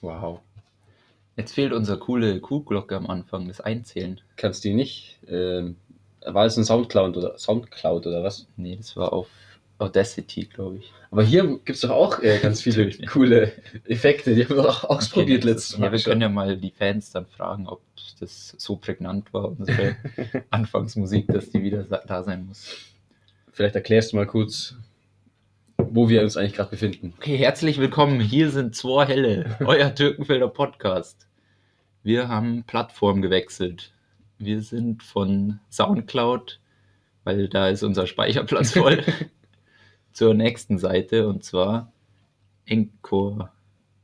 Wow. Jetzt fehlt unsere coole Kuhglocke am Anfang, das Einzählen. Kannst du die nicht? Ähm, war es ein Soundcloud oder Soundcloud oder was? Nee, das war auf Audacity, glaube ich. Aber hier gibt es doch auch äh, ganz viele Natürlich. coole Effekte. Die haben wir doch ausprobiert Okay, letztes Mal. Ja, wir schon. können ja mal die Fans dann fragen, ob das so prägnant war, unsere Anfangsmusik, dass die wieder sa- da sein muss. Vielleicht erklärst du mal kurz, wo wir uns eigentlich gerade befinden. Okay, herzlich willkommen. Hier sind zwei Helle, euer Türkenfelder Podcast. Wir haben Plattform gewechselt. Wir sind von Soundcloud, weil da ist unser Speicherplatz voll, zur nächsten Seite und zwar Encore.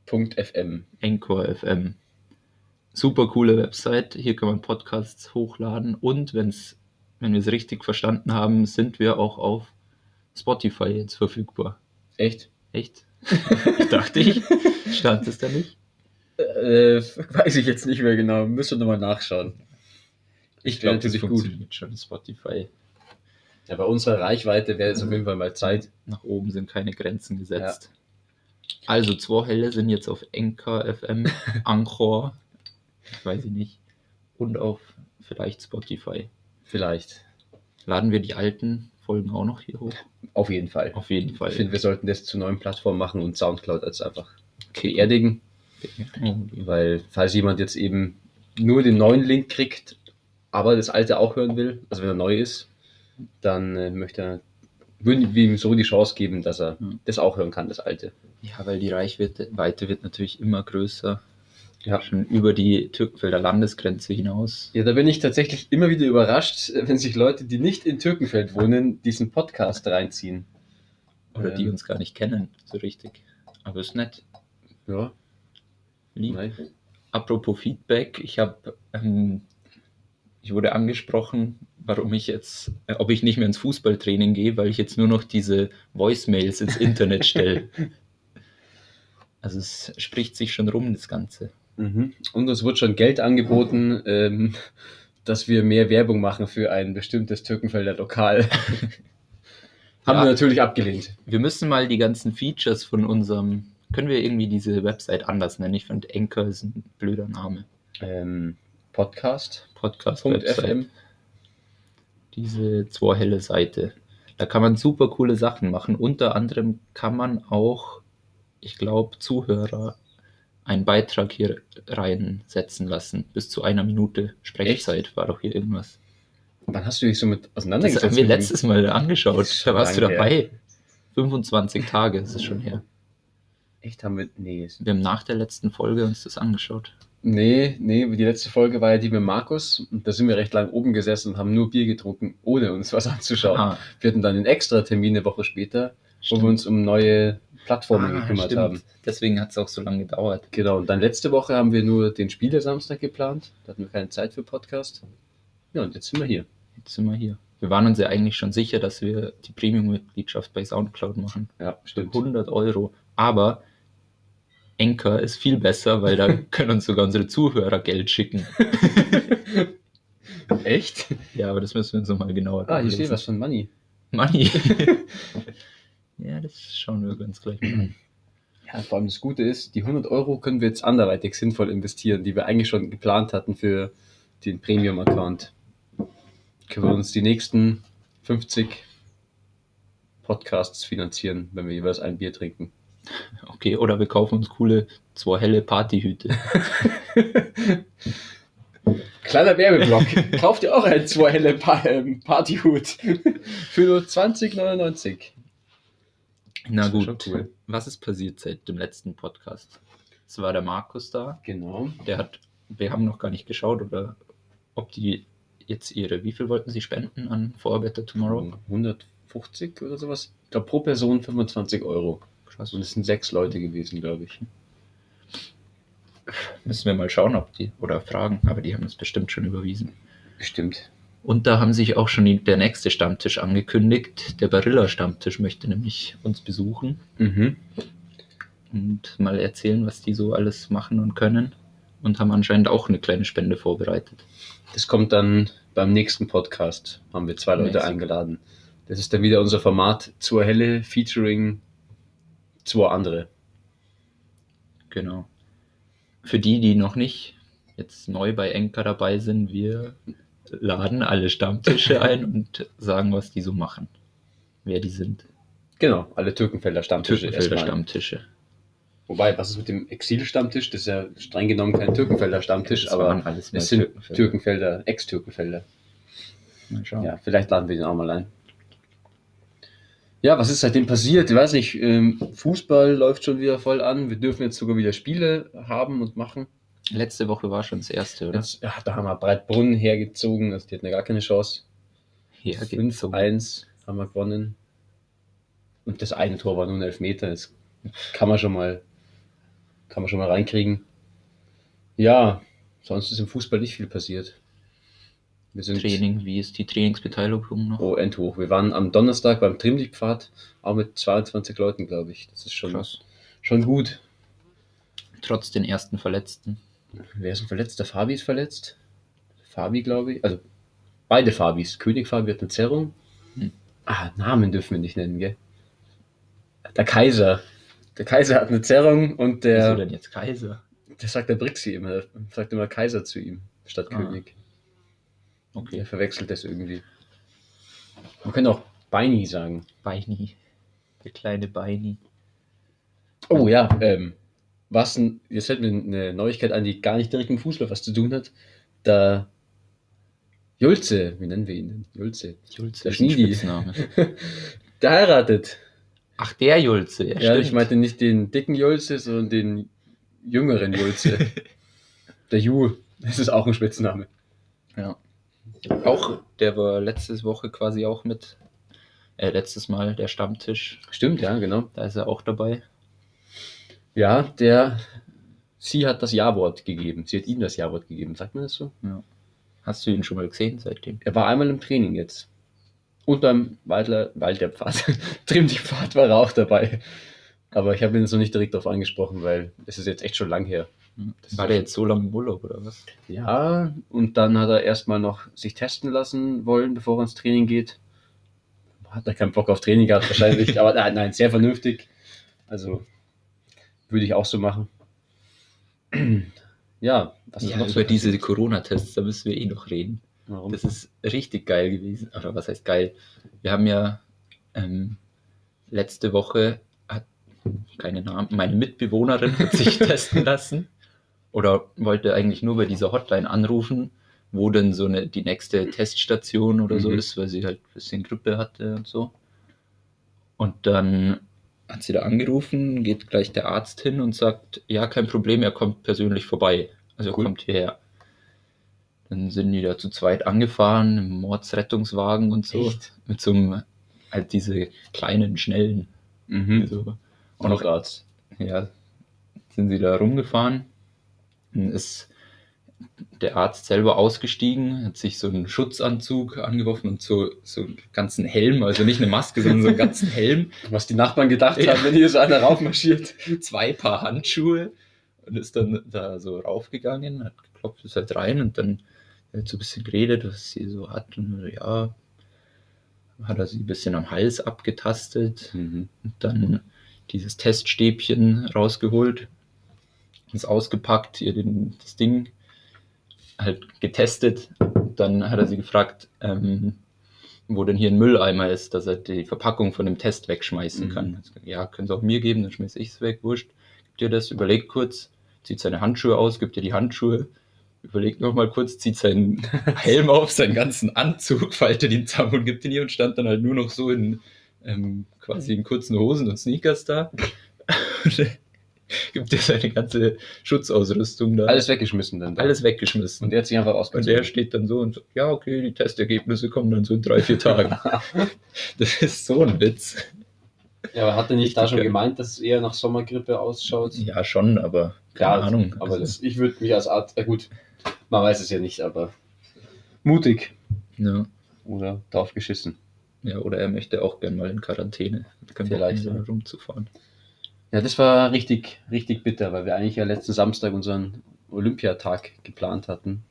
Punkt FM. Encore FM. Super coole Website. Hier kann man Podcasts hochladen und wenn's, wenn wir es richtig verstanden haben, sind wir auch auf Spotify jetzt verfügbar. Echt? Echt? Dachte ich. Stand es da nicht? Äh, weiß ich jetzt nicht mehr genau. Müssen wir nochmal nachschauen. Ich glaube, das ist gut. funktioniert schon. Spotify. Ja, bei unserer Reichweite wäre es auf jeden Fall mal Zeit. Nach oben sind keine Grenzen gesetzt. Also, zwei Helle sind jetzt auf Anchor FM, Anchor, ich weiß ich nicht, und auf vielleicht Spotify. Vielleicht. Laden wir die alten Folgen auch noch hier hoch? Auf jeden Fall. Auf jeden Fall. Ich finde, wir sollten das zu neuen Plattformen machen und Soundcloud als einfach Okay, Erde. beerdigen. Weil, falls jemand jetzt eben nur den neuen Link kriegt, aber das alte auch hören will, also wenn er neu ist, dann äh, möchte er, würden wir ihm so die Chance geben, dass er Hm. das auch hören kann, das alte. Ja, weil die Reichweite Weite wird natürlich immer größer. Ja. Schon über die Türkenfelder Landesgrenze hinaus. Ja, da bin ich tatsächlich immer wieder überrascht, äh, wenn sich Leute, die nicht in Türkenfeld wohnen, diesen Podcast reinziehen. Oder die Ähm. uns gar nicht kennen, so richtig. Aber ist nett. Ja, Lieb. nein. Apropos Feedback, ich habe, ähm, ich wurde angesprochen, warum ich jetzt, äh, ob ich nicht mehr ins Fußballtraining gehe, weil ich jetzt nur noch diese Voicemails ins Internet stelle. Also es spricht sich schon rum, das Ganze. Mhm. Und uns wird schon Geld angeboten, ähm, dass wir mehr Werbung machen für ein bestimmtes Türkenfelder Lokal. Haben Ja. wir natürlich abgelehnt. Wir müssen mal die ganzen Features von unserem. Können wir irgendwie diese Website anders nennen? Ich fand Anchor ist ein blöder Name. Ähm, Podcast. Podcast-Website. Diese zwei helle Seite. Da kann man super coole Sachen machen. Unter anderem kann man auch, ich glaube, Zuhörer einen Beitrag hier reinsetzen lassen. Bis zu einer Minute Sprechzeit war doch hier irgendwas. Wann hast du dich so mit Das auseinandergesetzt? haben wir mit dem- letztes Mal Das angeschaut. ist schon Da warst du lange her. dabei. 25 Tage ist es schon her. Echt haben wir. Nee. ist- Wir haben nach der letzten Folge uns das angeschaut. Nee, nee, die letzte Folge war ja die mit Markus. Und da sind wir recht lang oben gesessen und haben nur Bier getrunken, ohne uns was anzuschauen. Ah, Wir hatten dann einen extra Termin eine Woche später, wo wir uns um neue Plattformen Ah, gekümmert stimmt. haben. Deswegen hat es auch so lange gedauert. Genau, und dann letzte Woche haben wir nur den Spielesamstag geplant. Da hatten wir keine Zeit für Podcast. Ja, und jetzt sind wir hier. Jetzt sind wir hier. Wir waren uns ja eigentlich schon sicher, dass wir die Premium-Mitgliedschaft bei Soundcloud machen. Ja, stimmt. 100 Euro. Aber Anchor ist viel besser, weil da können uns sogar unsere Zuhörer Geld schicken. Echt? Ja, aber das müssen wir uns nochmal genauer Ah, hier steht durchlesen. was von Money. Money. ja, das schauen wir uns gleich mal an. Ja, vor allem das Gute ist, die 100 Euro können wir jetzt anderweitig sinnvoll investieren, die wir eigentlich schon geplant hatten für den Premium-Account. Können wir uns die nächsten 50 Podcasts finanzieren, wenn wir jeweils ein Bier trinken. Okay, oder wir kaufen uns coole, zwei helle Partyhüte. Kleiner Werbeblock. Kauft ihr auch einen 2 helle pa ähm, Partyhut für nur 20,99. Na Das war schon gut, cool. was ist passiert seit dem letzten Podcast? Es war der Markus da. Genau. Der hat, wir haben noch gar nicht geschaut, oder ob die jetzt ihre, wie viel wollten sie spenden an For a Better Hm. Tomorrow? 150 oder sowas. Ich glaube, pro Person 25 Euro. Krass. Und es sind sechs Leute gewesen, glaube ich. Müssen wir mal schauen, ob die, oder fragen, aber die haben es bestimmt schon überwiesen. Bestimmt. Und da haben sich auch schon die, der nächste Stammtisch angekündigt. Der Barilla Stammtisch möchte nämlich uns besuchen Mhm. und mal erzählen, was die so alles machen und können. Und haben anscheinend auch eine kleine Spende vorbereitet. Das kommt dann beim nächsten Podcast. Haben wir zwei Leute Nächste. eingeladen. Das ist dann wieder unser Format zur Helle featuring zwei andere. Genau. für die, die noch nicht jetzt neu bei Enka dabei sind, wir laden alle Stammtische ein und sagen, was die so machen. Wer die sind. Genau, alle Türkenfelder Stammtische. Türkenfelder erstmal. Stammtische. Wobei, was ist mit dem Exil-Stammtisch? Das ist ja streng genommen kein Türkenfelder Stammtisch, Das aber waren alles mal es sind Türkenfelder. Türkenfelder, Ex-Türkenfelder. Mal schauen. Ja, vielleicht laden wir den auch mal ein. Ja, was ist seitdem passiert? Ich weiß nicht, ähm, Fußball läuft schon wieder voll an. Wir dürfen jetzt sogar wieder Spiele haben und machen. Letzte Woche war schon das erste, oder? Jetzt, ja, da haben wir Breitbrunn hergezogen, also die hatten ja gar keine Chance. Ja, geht's so. 5-1 haben wir gewonnen. Und das eine Tor war nur ein Elfmeter. Das kann man schon mal, kann man schon mal reinkriegen. Ja, sonst ist im Fußball nicht viel passiert. Wir sind Training, wie ist die Trainingsbeteiligung noch? Oh, endhoch. Wir waren am Donnerstag beim Trimdi-Pfad, auch mit 22 Leuten, glaube ich. Das ist schon, Krass. schon gut. Trotz den ersten Verletzten. Wer ist denn verletzt? Der Fabi ist verletzt. Fabi, glaube ich. Also beide Fabis. König Fabi hat eine Zerrung. Hm. Ah, Namen dürfen wir nicht nennen, gell? Der Kaiser. Der Kaiser hat eine Zerrung und Wieso der, denn jetzt Kaiser? das sagt der Brixi immer, Der sagt immer Kaiser zu ihm statt Ah. König. Der Okay, verwechselt das irgendwie. Man könnte auch Beini sagen. Beini. Der kleine Beini. Oh ja, ähm, was denn, jetzt fällt mir eine Neuigkeit an, die gar nicht direkt mit dem Fußball was zu tun hat. Da Julze, wie nennen wir ihn denn? Julze. Julze Der ist ein Schniedi. Spitzname. Der heiratet. Ach, der Julze. Ja, Ja, stimmt. ich meinte nicht den dicken Julze, sondern den jüngeren Julze. Der Ju, das ist auch ein Spitzname. Ja. Auch, der war letztes Woche quasi auch mit. Äh, letztes Mal der Stammtisch. Stimmt, ja, genau. Da ist er auch dabei. Ja, der, sie hat das Ja-Wort gegeben. Sie hat ihm das Ja-Wort gegeben. Sagt man das so? Hast du ihn schon mal gesehen seitdem? Er war einmal im Training jetzt. Und beim Waldler, Waldlerpfad, Trimdichpfad war er auch dabei. Aber ich habe ihn jetzt noch nicht direkt darauf angesprochen, weil es ist jetzt echt schon lang her. Das war ist- der jetzt so lange im Urlaub oder was? Ja, und dann hat er erstmal noch sich testen lassen wollen, bevor er ins Training geht. Hat er keinen Bock auf Training gehabt wahrscheinlich, aber nein, nein, sehr vernünftig. Also würde ich auch so machen. Ja, was Ja, noch so über diese passiert? Corona-Tests, da müssen wir eh noch reden. Warum? Das ist richtig geil gewesen. Oder was heißt geil? Wir haben ja ähm, letzte Woche, hat, keine Namen, meine Mitbewohnerin hat sich testen lassen. Oder wollte eigentlich nur bei dieser Hotline anrufen, wo denn so eine, die nächste Teststation oder so Mhm. ist, weil sie halt ein bisschen Grippe hatte und so. Und dann hat sie da angerufen, geht gleich der Arzt hin und sagt, ja, kein Problem, er kommt persönlich vorbei. Also er Cool. kommt hierher. Dann sind die da zu zweit angefahren, im Mordsrettungswagen und so. Echt? Mit so einem, halt diese kleinen, schnellen. mhm. So. Und noch Arzt. Ja, sind sie da rumgefahren. Dann ist der Arzt selber ausgestiegen, hat sich so einen Schutzanzug angeworfen und so, so einen ganzen Helm, also nicht eine Maske, sondern so einen ganzen Helm Was die Nachbarn gedacht Ja. haben, wenn hier so einer raufmarschiert. zwei Paar Handschuhe und ist dann da so raufgegangen, hat geklopft, ist halt rein und dann hat so ein bisschen geredet, was sie so hat und so, ja, hat er sie ein bisschen am Hals abgetastet Mhm. und dann dieses Teststäbchen rausgeholt, ist ausgepackt, ihr den, das Ding halt getestet. Dann hat er sie gefragt, ähm, wo denn hier ein Mülleimer ist, dass er die Verpackung von dem Test wegschmeißen Mhm. kann. Hat sie gesagt, Ja, können Sie auch mir geben, dann schmeiß ich es weg, wurscht. Gibt ihr das, überlegt kurz, zieht seine Handschuhe aus, gibt ihr die Handschuhe, überlegt nochmal kurz, zieht seinen Helm auf, seinen ganzen Anzug, faltet ihn zusammen und gibt ihn ihr und stand dann halt nur noch so in ähm, quasi in kurzen Hosen und Sneakers da. gibt ihr seine ganze Schutzausrüstung da. Alles weggeschmissen dann. da. alles weggeschmissen. Und er hat sich einfach Und ausgezogen. der steht dann so und sagt, ja, okay, die Testergebnisse kommen dann so in drei, vier Tagen. das ist so ein Witz. Ja, aber hat er nicht da schon Richtig, ja. gemeint, dass es eher nach Sommergrippe ausschaut? Ja, schon, aber keine Ja, Ahnung. Aber Also, das, ich würde mich als Arzt, äh gut, man weiß es ja nicht, aber mutig ja. oder drauf geschissen. ja, oder er möchte auch gern mal in Quarantäne. Hat keinen Bock Vielleicht, mehr, ja. rumzufahren. Ja, das war richtig, richtig bitter, weil wir eigentlich ja letzten Samstag unseren Olympiatag geplant hatten.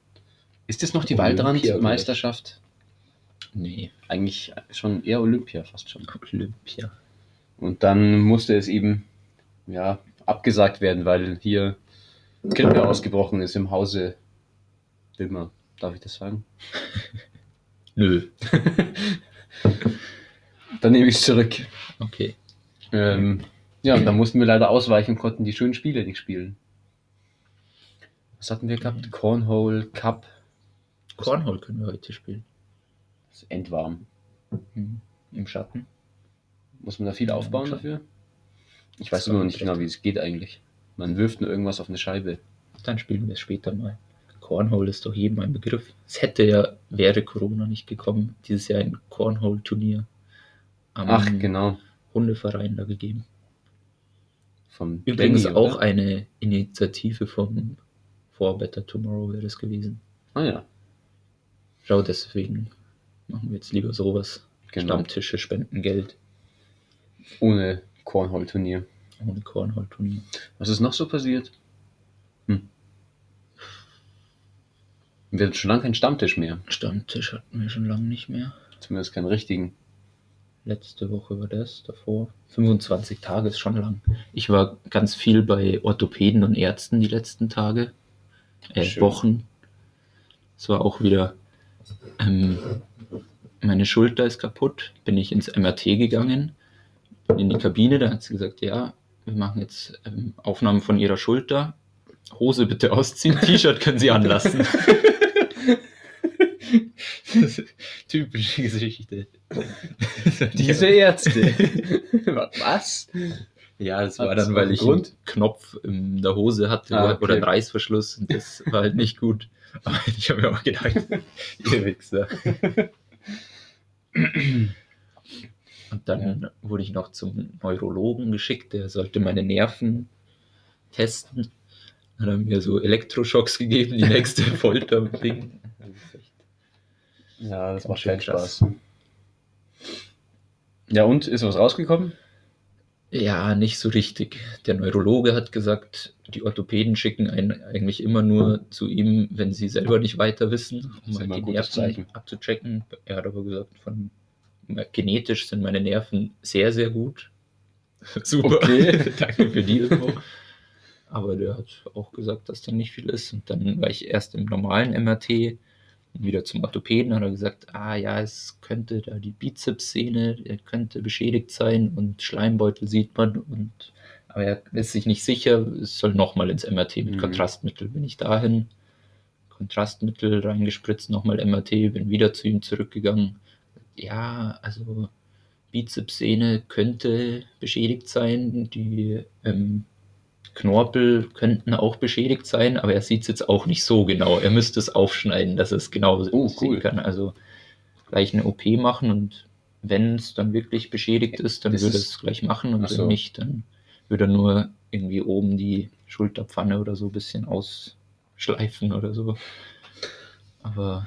Ist das noch die Olympia, Waldrandmeisterschaft? Nee, Eigentlich schon eher Olympia, fast schon. Olympia. Und dann musste es eben ja, abgesagt werden, weil hier Grippe ausgebrochen ist im Hause Wilmer. Darf ich das sagen? Nö. Dann nehme ich es zurück. Okay. Ähm, ja, und dann mussten wir leider ausweichen und konnten die schönen Spiele nicht spielen. Was hatten wir gehabt? Cornhole, Cup, Cornhole können wir heute spielen. das ist endwarm. Im Schatten. Muss man da viel aufbauen Ja, dafür? Ich weiß immer noch nicht genau, wie es geht eigentlich. Man wirft nur irgendwas auf eine Scheibe. Dann spielen wir es später mal. Cornhole ist doch jedem ein Begriff. Es hätte ja, wäre Corona nicht gekommen, dieses Jahr ein Cornhole-Turnier am Ach, genau. Hundeverein da gegeben. Vom Übrigens Benny, auch oder? eine Initiative vom For Better Tomorrow wäre das gewesen. Ah ja, Schau, deswegen machen wir jetzt lieber sowas. genau. Stammtische spenden Geld Ohne Cornhole-Turnier. ohne Cornhole-Turnier. Was ist noch so passiert? Hm. Wir hatten schon lange keinen Stammtisch mehr. Stammtisch hatten wir schon lange nicht mehr. Zumindest keinen richtigen. Letzte Woche war das, davor. 25 Tage ist schon lang. Ich war ganz viel bei Orthopäden und Ärzten die letzten Tage, äh, Schön. Wochen. Es war auch wieder, ähm, meine Schulter ist kaputt, bin ich ins MRT gegangen, bin in die Kabine, da hat sie gesagt, ja, wir machen jetzt ähm, Aufnahmen von ihrer Schulter. Hose bitte ausziehen, T-Shirt können Sie anlassen. Das ist Typische Geschichte. Diese Ärzte. Was? Ja, das Hat war das dann, weil einen ich Grund? einen Knopf in der Hose hatte Ah, oder- okay. oder einen Reißverschluss und das war halt nicht gut. Aber ich habe mir auch gedacht, ihr Wichser. Und dann wurde ich noch zum Neurologen geschickt, der sollte meine Nerven testen. Dann haben mir so Elektroschocks gegeben, die nächste Folter. Ding. Ja, das Ganz macht schön keinen krass. Spaß. Ja, und ist was rausgekommen? Ja, nicht so richtig. Der Neurologe hat gesagt, die Orthopäden schicken einen eigentlich immer nur zu ihm, wenn sie selber nicht weiter wissen, um ist halt immer die ein gutes Nerven Zeichen. abzuchecken. Er hat aber gesagt, von genetisch sind meine Nerven sehr, sehr gut. Super. Okay. Danke für die Info. Aber der hat auch gesagt, dass da nicht viel ist. Und dann war ich erst im normalen MRT wieder zum Orthopäden, hat er gesagt, ah ja, es könnte da die Bizepssehne, er könnte beschädigt sein und Schleimbeutel sieht man und aber er ist sich nicht sicher, es soll nochmal ins MRT mit Mhm. Kontrastmittel. Bin ich dahin, Kontrastmittel reingespritzt, nochmal MRT, bin wieder zu ihm zurückgegangen. Ja, also Bizepssehne könnte beschädigt sein, die ähm, Knorpel könnten auch beschädigt sein, aber er sieht es jetzt auch nicht so genau. Er müsste es aufschneiden, dass er es genau Oh, cool. sehen kann. Also gleich eine OP machen und wenn es dann wirklich beschädigt ist, dann Das würde ist- es gleich machen und Ach wenn so. nicht, dann würde er nur irgendwie oben die Schulterpfanne oder so ein bisschen ausschleifen oder so. Aber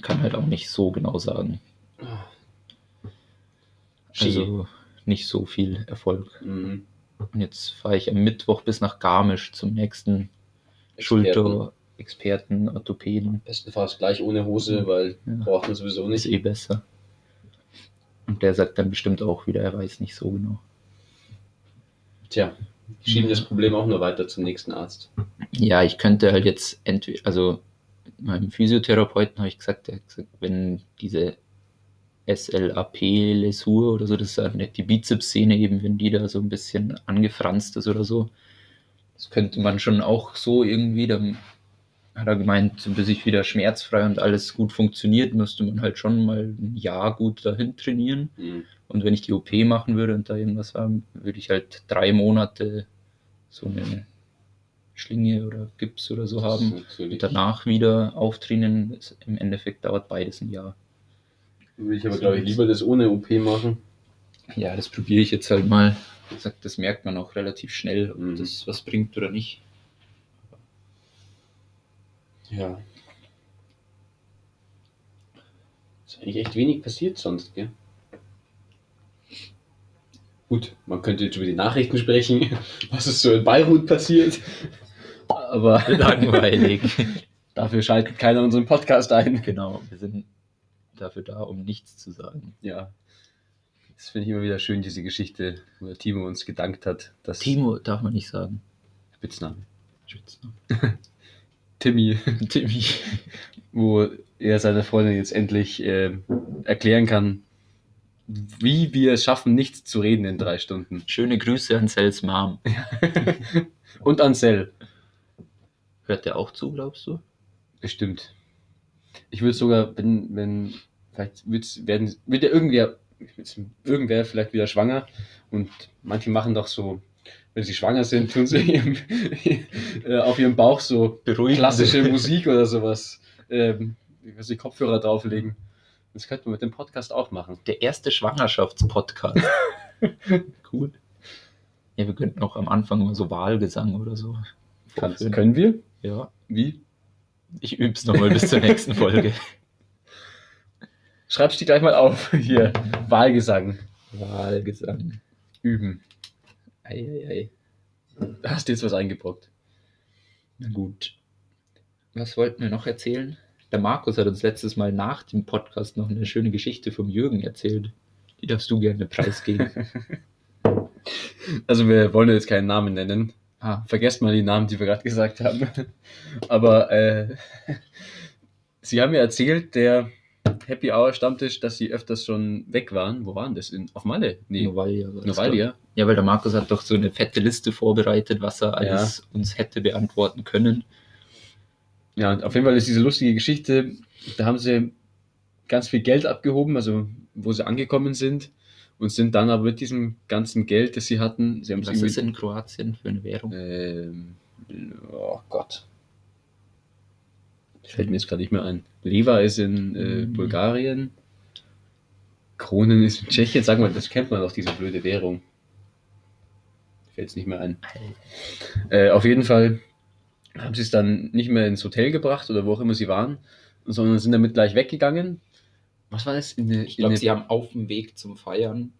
kann halt auch nicht so genau sagen. Also nicht so viel Erfolg. Mhm. Und jetzt fahre ich am Mittwoch bis nach Garmisch zum nächsten Schulter-Experten, Orthopäden. Bestenfalls gleich ohne Hose, weil Ja. braucht man sowieso Ist nicht. eh besser. Und der sagt dann bestimmt auch wieder, er weiß nicht so genau. Tja, die schieben das Problem auch nur weiter zum nächsten Arzt. Ja, ich könnte halt jetzt entweder, also meinem Physiotherapeuten habe ich gesagt, der hat gesagt, wenn diese SLAP-Lesur oder so, das ist ja nicht die Bizepssehne eben, wenn die da so ein bisschen angefranst ist oder so, das könnte man schon auch so irgendwie, dann hat er gemeint, so bis ich wieder schmerzfrei und alles gut funktioniert, müsste man halt schon mal ein Jahr gut dahin trainieren. Mhm. Und wenn ich die OP machen würde und da irgendwas war, würde ich halt drei Monate so eine Schlinge oder Gips oder so Das ist haben. natürlich- Und danach wieder auftrainieren. Das- Im Endeffekt dauert beides ein Jahr. Würde ich aber, glaube ich, lieber das ohne OP machen. Ja, das probiere ich jetzt halt mal. Wie gesagt, das merkt man auch relativ schnell, ob Mhm. das was bringt oder nicht. Ja. Ist eigentlich echt wenig passiert sonst, gell? Gut, man könnte jetzt über die Nachrichten sprechen, was ist so in Beirut passiert. Aber Langweilig. dafür schaltet keiner unseren Podcast ein. genau, wir sind dafür da, um nichts zu sagen. Ja. Das finde ich immer wieder schön, diese Geschichte, wo der Timo uns gedankt hat. Dass Timo darf man nicht sagen. Spitzname. Spitznamen. Timmy, Timmy. wo er seiner Freundin jetzt endlich äh, erklären kann, wie wir es schaffen, nicht zu reden in drei Stunden. Schöne Grüße an Sels Mom. Und Ansel. Hört der auch zu, glaubst du? Bestimmt. Ich würde sogar, wenn, wenn, vielleicht wird's, werden, wird ja irgendwer, irgendwer vielleicht wieder schwanger und manche machen doch so, wenn sie schwanger sind, tun sie ihrem, äh, auf ihrem Bauch so Beruhigend. klassische Musik oder sowas, ähm, ich weiß nicht, Kopfhörer drauflegen. Das könnten wir mit dem Podcast auch machen. Der erste Schwangerschaftspodcast. cool. Ja, wir könnten auch am Anfang immer so Wahlgesang oder so. vorführen. können wir? Ja, Wie? ich üb's nochmal bis zur nächsten Folge. Schreibst die gleich mal auf hier. Wahlgesang Wahlgesang. üben. Eieiei. Hast du jetzt was eingebrockt? Na gut. Was wollten wir noch erzählen? Der Markus hat uns letztes Mal nach dem Podcast noch eine schöne Geschichte vom Jürgen erzählt. Die darfst du gerne preisgeben. Also wir wollen jetzt keinen Namen nennen. ah, Vergesst mal die Namen, die wir gerade gesagt haben. Aber äh, Sie haben mir erzählt, der Happy Hour Stammtisch, dass Sie öfters schon weg waren. Wo waren das? In, auf Malle? Nee, Novalia. war das, glaub Novalia. ich. Ja, weil der Markus hat doch so eine fette Liste vorbereitet, was er alles uns hätte beantworten können. Ja, und auf jeden Fall ist diese lustige Geschichte, da haben sie ganz viel Geld abgehoben, also wo sie angekommen sind und sind dann aber mit diesem ganzen Geld, das sie hatten, sie haben Was es ist irgendwie, in Kroatien für eine Währung? ähm, oh Gott. Hm. Fällt mir jetzt gerade nicht mehr ein. Leva ist in äh, Mhm. Bulgarien. Kronen ist in Tschechien. Sag mal, das kennt man doch, diese blöde Währung. Fällt es nicht mehr ein. Äh, auf jeden Fall haben sie es dann nicht mehr ins Hotel gebracht oder wo auch immer sie waren, sondern sind damit gleich weggegangen. Was war das? In eine, Ich glaube, in sie haben auf dem Weg zum Feiern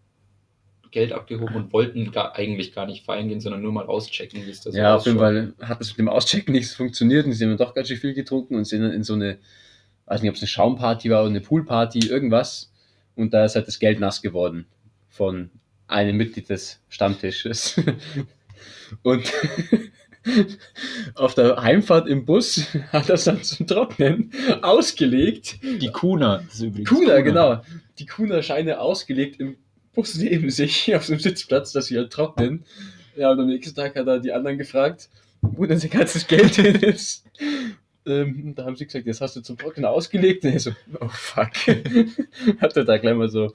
Geld abgehoben und wollten gar, eigentlich gar nicht feiern gehen, sondern nur mal auschecken, wie es da so ja, auf jeden ausschaut. Fall hat es mit dem Auschecken nichts funktioniert und sie haben doch ganz schön viel getrunken und sind dann in so eine, weiß nicht, ob es eine Schaumparty war oder eine Poolparty, irgendwas. Und da ist halt das Geld nass geworden von einem Mitglied des Stammtisches. Und auf der Heimfahrt im Bus hat er es dann zum Trocknen ausgelegt Die Kuna ist übrigens. Kuna, genau. Die Kuna-Scheine ausgelegt im Bus neben sich auf dem Sitzplatz, dass sie halt trocknen. Ja, und am nächsten Tag hat er die anderen gefragt, wo denn sein ganzes Geld hin ist. Ähm, da haben sie gesagt, das hast du zum Trocknen ausgelegt. Und er so, oh fuck. hat er da gleich mal so,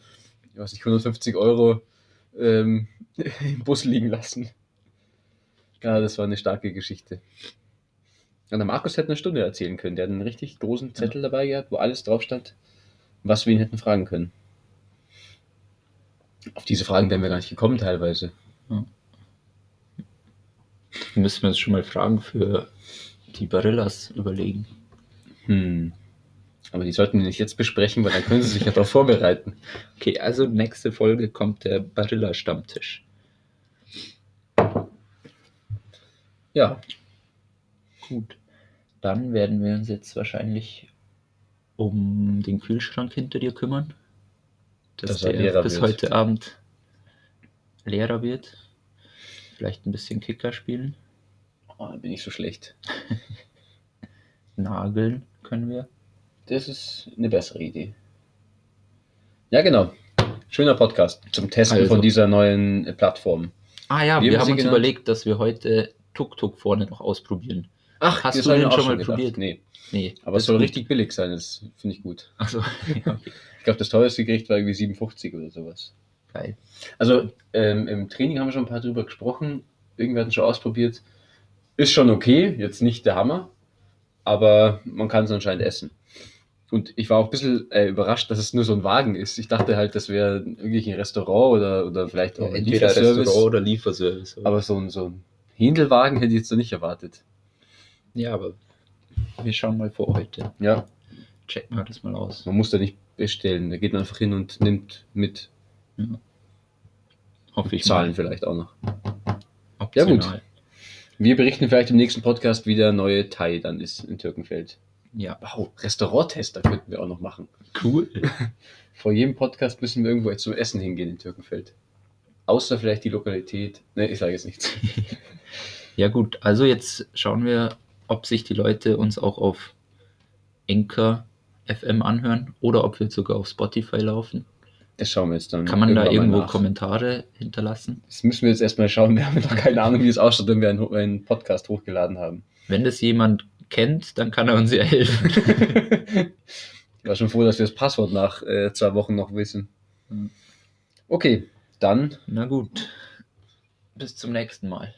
ich weiß nicht, 150 Euro ähm, im Bus liegen lassen. Ja, das war eine starke Geschichte. Und der Markus hätte eine Stunde erzählen können. Der hat einen richtig großen Zettel dabei gehabt, wo alles drauf stand, was wir ihn hätten fragen können. Auf diese Fragen wären wir gar nicht gekommen teilweise. Müssen wir uns schon mal Fragen für die Barillas überlegen. Hm. Aber die sollten wir nicht jetzt besprechen, weil dann können sie sich ja darauf vorbereiten. Okay, also nächste Folge kommt der Barilla-Stammtisch. Ja, Gut. Dann werden wir uns jetzt wahrscheinlich um den Kühlschrank hinter dir kümmern. Dass Dass er der leerer bis wird. heute Abend leerer wird. Vielleicht ein bisschen Kicker spielen. oh, da bin ich so schlecht. Nageln können wir. Das ist eine bessere Idee. Ja, genau. Schöner Podcast zum Testen Also. von dieser neuen äh, Plattform. Ah ja, Wie wir haben haben Sie uns genannt? überlegt, dass wir heute Tuk-Tuk vorne noch ausprobieren. Ach, hast das du haben wir den auch schon mal gedacht. probiert? Nee, Nee, aber das es soll ist gut. richtig billig sein, das finde ich gut. Ach so, ja, okay. Ich glaube, das teuerste Gericht war irgendwie 57 oder sowas. Geil. Also ähm, im Training haben wir schon ein paar drüber gesprochen. Irgendwer hat es schon ausprobiert. Ist schon okay, jetzt nicht der Hammer, aber man kann es anscheinend essen. Und ich war auch ein bisschen äh, überrascht, dass es nur so ein Wagen ist. Ich dachte halt, das wäre wirklich ein Restaurant oder, oder vielleicht auch ein Entweder Lieferservice. Restaurant oder Lieferservice. Aber so ein, so ein Händelwagen hätte ich jetzt so nicht erwartet. ja, aber wir schauen mal vor heute. Ja, Checken wir das mal aus. man muss da nicht bestellen. Da geht man einfach hin und nimmt mit. Hoffe ich Zahlen vielleicht auch noch. mal. Ja, gut. Optional. Wir berichten vielleicht im nächsten Podcast, wie der neue Thai dann ist in Türkenfeld. Ja, Wow, Restauranttester könnten wir auch noch machen. cool. Vor jedem Podcast müssen wir irgendwo jetzt zum Essen hingehen in Türkenfeld. Außer vielleicht die Lokalität. Ne, ich sage jetzt nichts. Ja, gut. Also jetzt schauen wir, ob sich die Leute uns auch auf Anchor FM anhören oder ob wir sogar auf Spotify laufen. Das schauen wir jetzt dann. Kann man da irgendwann mal irgendwo nach. Kommentare hinterlassen? Das müssen wir jetzt erstmal schauen. Wir haben noch keine Ahnung, wie es ausschaut, wenn wir einen, einen Podcast hochgeladen haben. Wenn das jemand kennt, dann kann er uns ja helfen. Ich war schon froh, dass wir das Passwort nach äh, zwei Wochen noch wissen. Mhm. Okay, dann Na gut. Bis zum nächsten Mal.